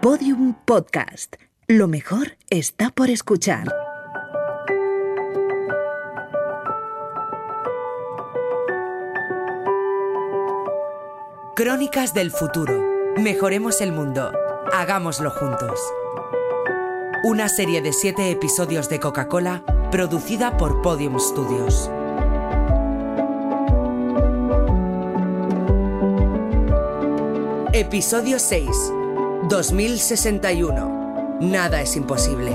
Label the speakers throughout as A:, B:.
A: Podium Podcast. Lo mejor está por escuchar.
B: Crónicas del futuro. Mejoremos el mundo. Hagámoslo juntos. Una serie de siete episodios de Coca-Cola producida por Podium Studios. Episodio 6. 2061. Nada es imposible.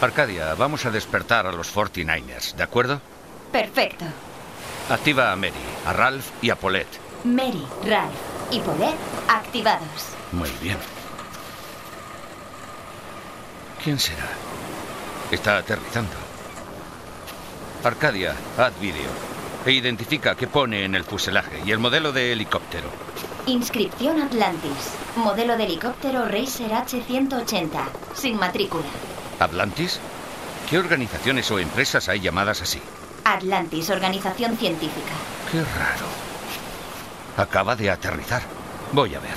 C: Arcadia, vamos a despertar a los 49ers, ¿de acuerdo?
D: Perfecto.
C: Activa a Mary, a Ralph y a Paulette.
D: Mary, Ralph y Paulette activados.
C: Muy bien. ¿Quién será? Está aterrizando. Arcadia, haz vídeo e identifica qué pone en el fuselaje y el modelo de helicóptero.
D: Inscripción Atlantis. Modelo de helicóptero Racer H180. Sin matrícula.
C: ¿Atlantis? ¿Qué organizaciones o empresas hay llamadas así?
D: Atlantis, organización científica.
C: Qué raro. Acaba de aterrizar. Voy a ver.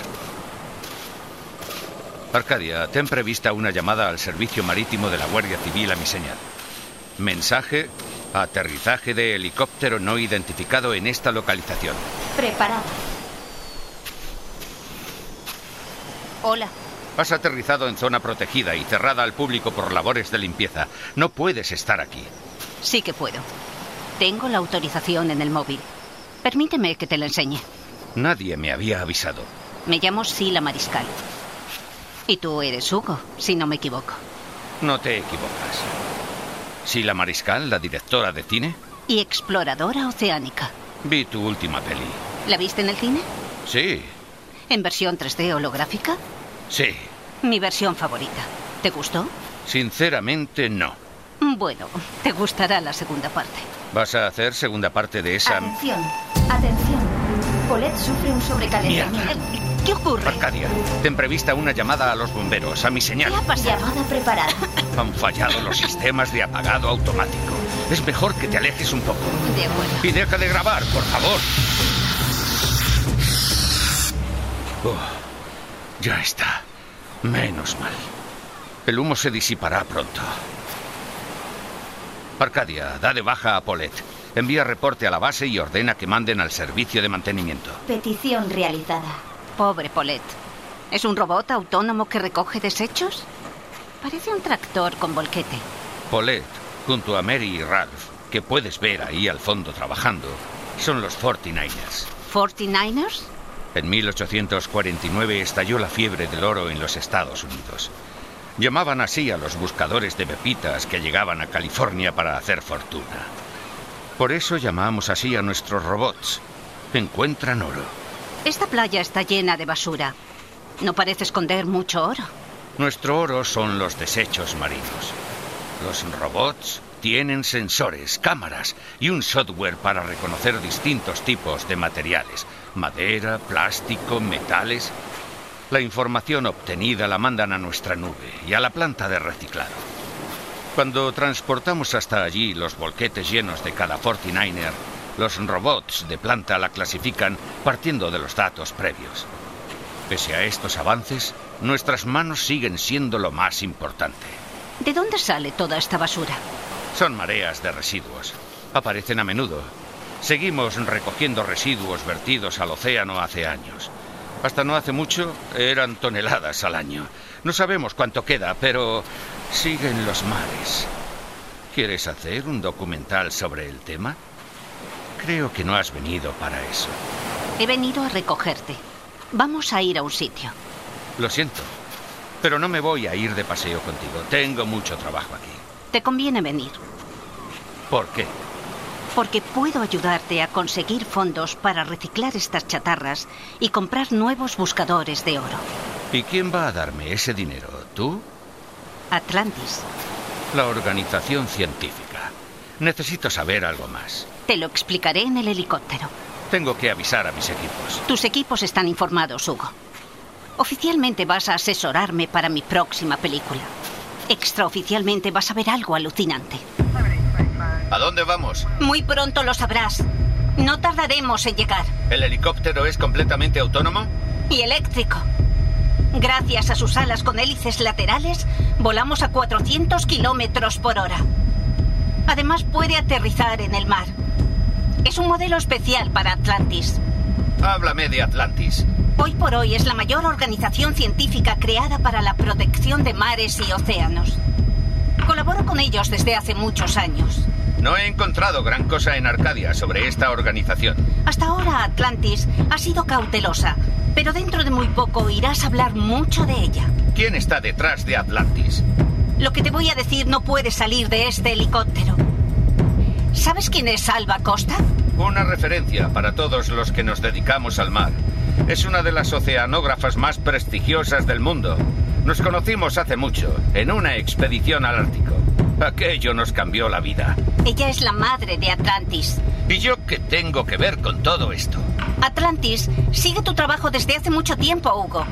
C: Arcadia, ten prevista una llamada al servicio marítimo de la Guardia Civil a mi señal. Mensaje: aterrizaje de helicóptero no identificado en esta localización.
D: Preparado. Hola.
C: Has aterrizado en zona protegida y cerrada al público por labores de limpieza. No puedes estar aquí.
E: Sí que puedo. Tengo la autorización en el móvil. Permíteme que te la enseñe.
C: Nadie me había avisado.
E: Me llamo Sila Mariscal. Y tú eres Hugo, si no me equivoco.
C: No te equivocas. Sila Mariscal, la directora de cine,
E: Y exploradora oceánica.
C: vi tu última peli.
E: ¿La viste en el cine?
C: Sí,
E: ¿En versión 3D holográfica?
C: sí.
E: Mi versión favorita. ¿Te gustó?
C: Sinceramente, no.
E: Bueno, te gustará la segunda parte.
C: ¿Vas a hacer segunda parte de esa.
E: Ah.
D: Atención. Atención. Paulette sufre un sobrecalentamiento.
E: Eh, ¿Qué ocurre?
C: Arcadia, ten prevista una llamada a los bomberos, a mi señal.
E: ¿Qué ha pasado?
D: Llamada preparada.
C: Han fallado los sistemas de apagado automático. Es mejor que te alejes un poco.
E: De acuerdo.
C: Y deja de grabar, por favor. Oh, ya está. Menos mal. El humo se disipará pronto. Arcadia, da de baja a Paulette. Envía reporte a la base y ordena que manden al servicio de mantenimiento.
D: Petición realizada.
E: Pobre Paulette. ¿Es un robot autónomo que recoge desechos? Parece un tractor con volquete.
C: Paulette, junto a Mary y Ralph, que puedes ver ahí al fondo trabajando, son los 49ers.
E: ¿49ers?
C: En 1849 estalló la fiebre del oro en los Estados Unidos. Llamaban así a los buscadores de pepitas que llegaban a California para hacer fortuna. Por eso llamamos así a nuestros robots. Encuentran oro.
E: Esta playa está llena de basura. No parece esconder mucho oro.
C: Nuestro oro son los desechos marinos. Los robots tienen sensores, cámaras y un software para reconocer distintos tipos de materiales, madera, plástico, metales. La información obtenida la mandan a nuestra nube y a la planta de reciclado. Cuando transportamos hasta allí los volquetes llenos de cada 49er, los robots de planta la clasifican partiendo de los datos previos. Pese a estos avances, nuestras manos siguen siendo lo más importante.
E: ¿De dónde sale toda esta basura?
C: Son mareas de residuos. Aparecen a menudo. Seguimos recogiendo residuos vertidos al océano hace años. Hasta no hace mucho eran toneladas al año. No sabemos cuánto queda, pero siguen los mares. ¿Quieres hacer un documental sobre el tema? Creo que no has venido para eso.
E: He venido a recogerte. Vamos a ir a un sitio.
C: Lo siento, pero no me voy a ir de paseo contigo. Tengo mucho trabajo aquí.
E: Te conviene venir,
C: ¿Por qué?
E: porque puedo ayudarte a conseguir fondos para reciclar estas chatarras y comprar nuevos buscadores de oro.
C: ¿Y quién va a darme ese dinero? ¿Tú?
E: Atlantis,
C: La organización científica. Necesito saber algo más.
E: te lo explicaré en el helicóptero.
C: Tengo que avisar a mis equipos.
E: Tus equipos están informados, Hugo. Oficialmente vas a asesorarme para mi próxima película. Extraoficialmente vas a ver algo alucinante.
C: ¿A dónde vamos?
E: Muy pronto lo sabrás. No tardaremos en llegar.
C: ¿El helicóptero es completamente autónomo?
E: Y eléctrico. Gracias a sus alas con hélices laterales, volamos a 400 kilómetros por hora. Además, puede aterrizar en el mar. Es un modelo especial para Atlantis.
C: Háblame de Atlantis.
E: Hoy por hoy es la mayor organización científica creada para la protección de mares y océanos. Colaboro con ellos desde hace muchos años.
C: No he encontrado gran cosa en Arcadia sobre esta organización.
E: Hasta ahora Atlantis ha sido cautelosa, pero dentro de muy poco irás a hablar mucho de ella.
C: ¿Quién está detrás de Atlantis?
E: Lo que te voy a decir no puede salir de este helicóptero. ¿Sabes quién es Alba Costa?
C: Una referencia para todos los que nos dedicamos al mar. Es una de las oceanógrafas más prestigiosas del mundo. Nos conocimos hace mucho, en una expedición al Ártico. Aquello nos cambió la vida.
E: Ella es la madre de Atlantis.
C: ¿Y yo qué tengo que ver con todo esto?
E: Atlantis sigue tu trabajo desde hace mucho tiempo, Hugo.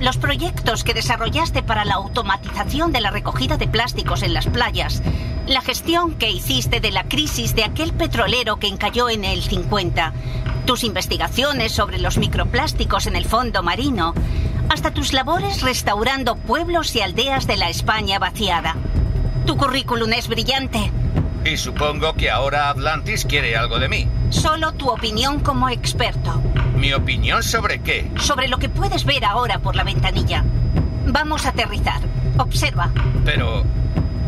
E: Los proyectos que desarrollaste para la automatización de la recogida de plásticos en las playas, la gestión que hiciste de la crisis de aquel petrolero que encalló en el 50, tus investigaciones sobre los microplásticos en el fondo marino, hasta tus labores restaurando pueblos y aldeas de la España vaciada. Tu currículum es brillante.
C: Y supongo que ahora Atlantis quiere algo de mí.
E: Solo tu opinión como experto.
C: ¿Mi opinión sobre qué?
E: Sobre lo que puedes ver ahora por la ventanilla. Vamos a aterrizar. Observa.
C: Pero...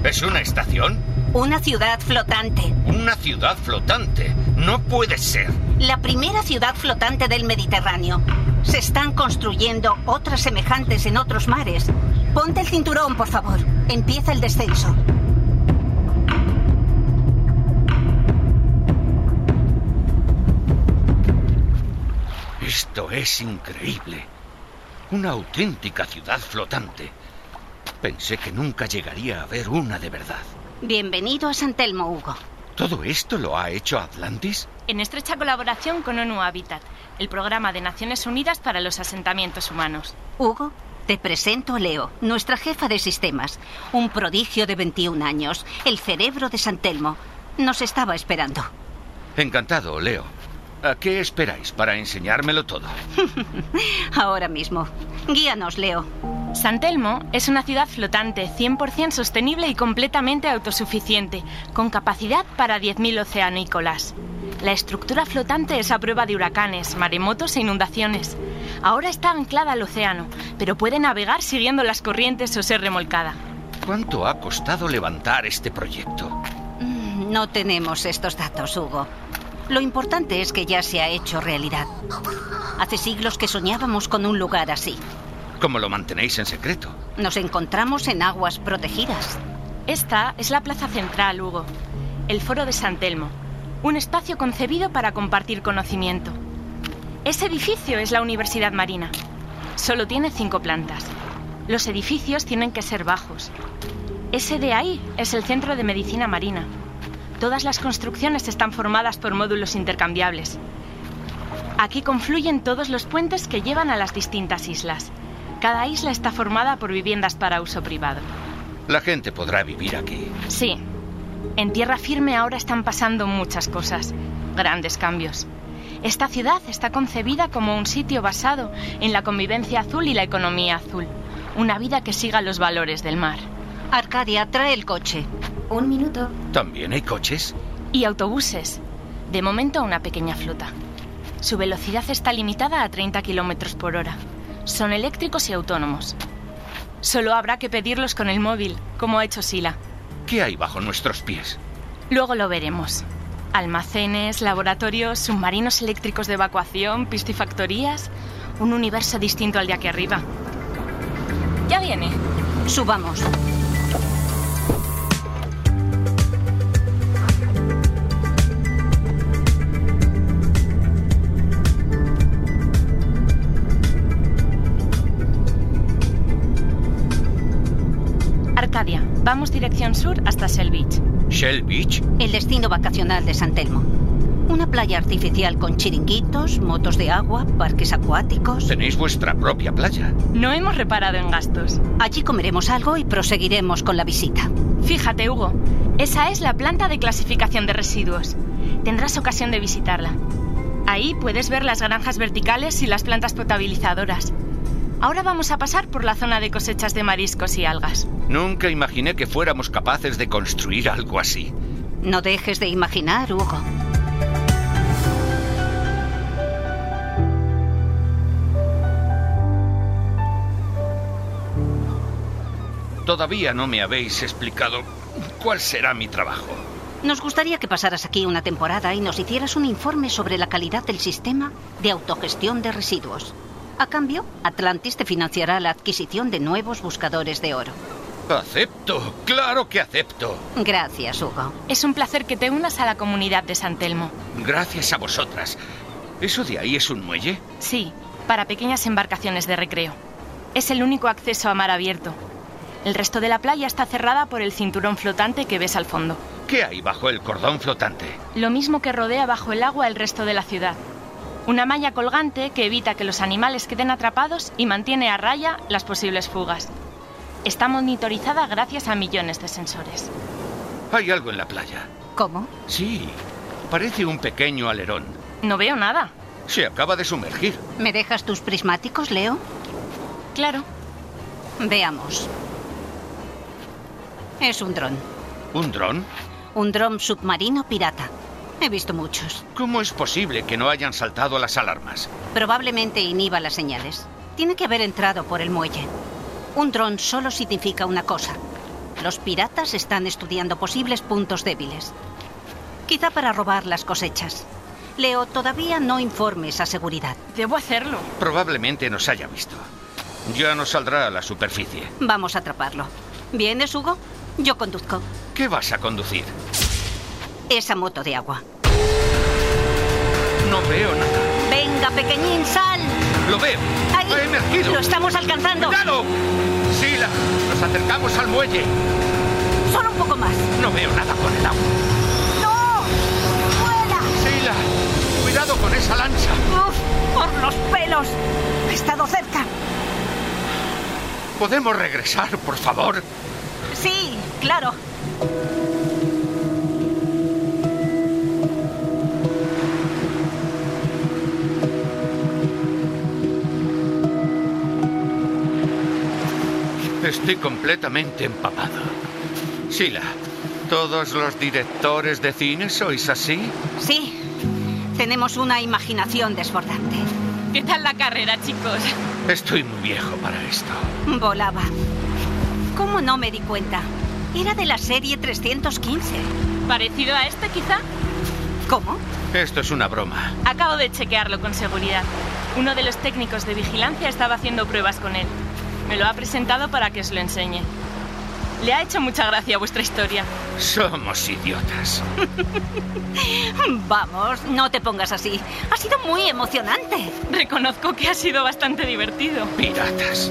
C: ¿Es una estación?
E: Una ciudad flotante.
C: ¿Una ciudad flotante? No puede ser.
E: La primera ciudad flotante del Mediterráneo. Se están construyendo otras semejantes en otros mares. Ponte el cinturón, por favor. Empieza el descenso.
C: Esto es increíble. Una auténtica ciudad flotante. Pensé que nunca llegaría a ver una de verdad.
E: Bienvenido a San Telmo, Hugo.
C: ¿Todo esto lo ha hecho Atlantis?
F: En estrecha colaboración con ONU Habitat, el programa de Naciones Unidas para los asentamientos humanos.
E: Hugo, te presento a Leo, nuestra jefa de sistemas, un prodigio de 21 años, el cerebro de San Telmo. Nos estaba esperando.
C: Encantado, Leo. ¿A qué esperáis para enseñármelo todo?
E: Ahora mismo. Guíanos, Leo.
F: San Telmo es una ciudad flotante, 100% sostenible y completamente autosuficiente, con capacidad para 10.000 oceanícolas. La estructura flotante es a prueba de huracanes, maremotos e inundaciones. Ahora está anclada al océano, pero puede navegar siguiendo las corrientes o ser remolcada.
C: ¿Cuánto ha costado levantar este proyecto?
E: Mm, No tenemos estos datos, Hugo. Lo importante es que ya se ha hecho realidad. Hace siglos que soñábamos con un lugar así.
C: ¿Cómo lo mantenéis en secreto?
E: Nos encontramos en aguas protegidas.
F: Esta es la Plaza Central, Hugo, el Foro de San Telmo, un espacio concebido para compartir conocimiento. Ese edificio es la Universidad Marina. Solo tiene cinco plantas. Los edificios tienen que ser bajos. Ese de ahí es el Centro de Medicina Marina. Todas las construcciones están formadas por módulos intercambiables. Aquí confluyen todos los puentes que llevan a las distintas islas. Cada isla está formada por viviendas para uso privado.
C: La gente podrá vivir aquí.
F: Sí. En tierra firme ahora están pasando muchas cosas, grandes cambios. Esta ciudad está concebida como un sitio basado en la convivencia azul y la economía azul, una vida que siga los valores del mar.
E: Arcadia, trae el coche.
D: Un minuto.
C: ¿También hay coches?
F: Y autobuses, de momento una pequeña flota. Su velocidad está limitada a 30 kilómetros por hora. Son eléctricos y autónomos. Solo habrá que pedirlos con el móvil, como ha hecho Sila.
C: ¿Qué hay bajo nuestros pies?
F: Luego lo veremos. Almacenes, laboratorios, submarinos eléctricos de evacuación, piscifactorías. Un universo distinto al de aquí arriba. Ya viene.
E: Subamos.
F: Arcadia, vamos dirección sur hasta Shell Beach.
C: ¿Shell Beach?
E: El destino vacacional de San Telmo. Una playa artificial con chiringuitos, motos de agua, parques acuáticos.
C: Tenéis vuestra propia playa.
F: No hemos reparado en gastos.
E: Allí comeremos algo y proseguiremos con la visita.
F: Fíjate, Hugo, Esa es la planta de clasificación de residuos. Tendrás ocasión de visitarla. Ahí puedes ver las granjas verticales y las plantas potabilizadoras. Ahora vamos a pasar por la zona de cosechas de mariscos y algas.
C: Nunca imaginé que fuéramos capaces de construir algo así.
E: No dejes de imaginar, Hugo.
C: Todavía no me habéis explicado cuál será mi trabajo.
E: Nos gustaría que pasaras aquí una temporada y nos hicieras un informe sobre la calidad del sistema de autogestión de residuos. A cambio, Atlantis te financiará la adquisición de nuevos buscadores de oro.
C: Acepto, claro que acepto.
E: Gracias, Hugo.
F: Es un placer que te unas a la comunidad de San Telmo.
C: Gracias a vosotras. ¿Eso de ahí es un muelle?
F: Sí, para pequeñas embarcaciones de recreo. Es el único acceso a mar abierto. El resto de la playa está cerrada por el cinturón flotante que ves al fondo.
C: ¿Qué hay bajo el cordón flotante?
F: Lo mismo que rodea bajo el agua el resto de la ciudad. Una malla colgante que evita que los animales queden atrapados y mantiene a raya las posibles fugas. Está monitorizada gracias a millones de sensores.
C: Hay algo en la playa.
E: ¿Cómo?
C: Sí, parece un pequeño alerón.
F: No veo nada.
C: Se acaba de sumergir.
E: ¿Me dejas tus prismáticos, Leo?
F: Claro.
E: Veamos. Es un dron.
C: ¿Un dron?
E: Un dron submarino pirata. He visto muchos.
C: ¿Cómo es posible que no hayan saltado las alarmas?
E: Probablemente inhiba las señales. Tiene que haber entrado por el muelle. Un dron solo significa una cosa. Los piratas están estudiando posibles puntos débiles. Quizá para robar las cosechas. Leo, todavía no informes a seguridad.
F: Debo hacerlo.
C: Probablemente nos haya visto. Ya no saldrá a la superficie.
E: Vamos a atraparlo. ¿Vienes, Hugo? Yo conduzco.
C: ¿Qué vas a conducir?
E: Esa moto de agua.
C: No veo nada.
E: Venga, pequeñín, sal.
C: Lo veo.
E: Ahí.
C: Ha emergido.
E: Lo estamos alcanzando.
C: ¡Cuidado! Sila, nos acercamos al muelle.
E: Solo un poco más.
C: No veo nada con el agua.
E: ¡No! ¡Vuela!
C: Sila, cuidado con esa lancha.
E: ¡Uf! ¡Por los pelos! He estado cerca.
C: ¿Podemos regresar, por favor?
E: Sí, claro.
C: Estoy completamente empapado. Sila, ¿todos los directores de cine sois así?
E: Sí. Tenemos una imaginación desbordante.
F: ¿Qué tal la carrera, chicos?
C: Estoy muy viejo para esto.
E: Volaba. ¿Cómo no me di cuenta? Era de la serie 315.
F: ¿Parecido a este, quizá?
E: ¿Cómo?
C: Esto es una broma.
F: Acabo de chequearlo con seguridad. Uno de los técnicos de vigilancia estaba haciendo pruebas con él. Me lo ha presentado para que os lo enseñe. Le ha hecho mucha gracia vuestra historia.
C: Somos idiotas.
E: Vamos, no te pongas así. Ha sido muy emocionante.
F: Reconozco que ha sido bastante divertido.
C: Piratas.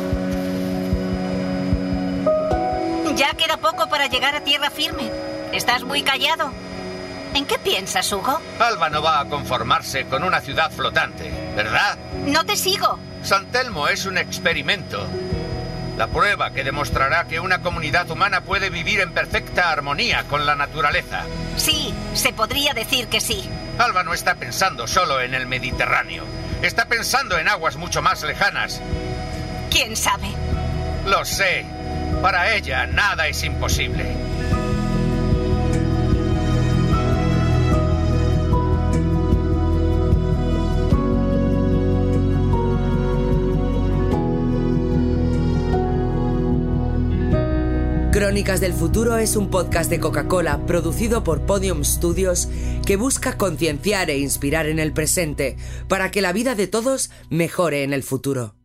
E: Ya queda poco para llegar a tierra firme. Estás muy callado. ¿En qué piensas, Hugo?
C: Alba no va a conformarse con una ciudad flotante, ¿verdad?
E: No te sigo.
C: San Telmo es un experimento. La prueba que demostrará que una comunidad humana puede vivir en perfecta armonía con la naturaleza.
E: Sí, se podría decir que sí.
C: Alba no está pensando solo en el Mediterráneo. Está pensando en aguas mucho más lejanas.
E: ¿Quién sabe?
C: Lo sé. Para ella nada es imposible.
B: Crónicas del Futuro es un podcast de Coca-Cola producido por Podium Studios que busca concienciar e inspirar en el presente para que la vida de todos mejore en el futuro.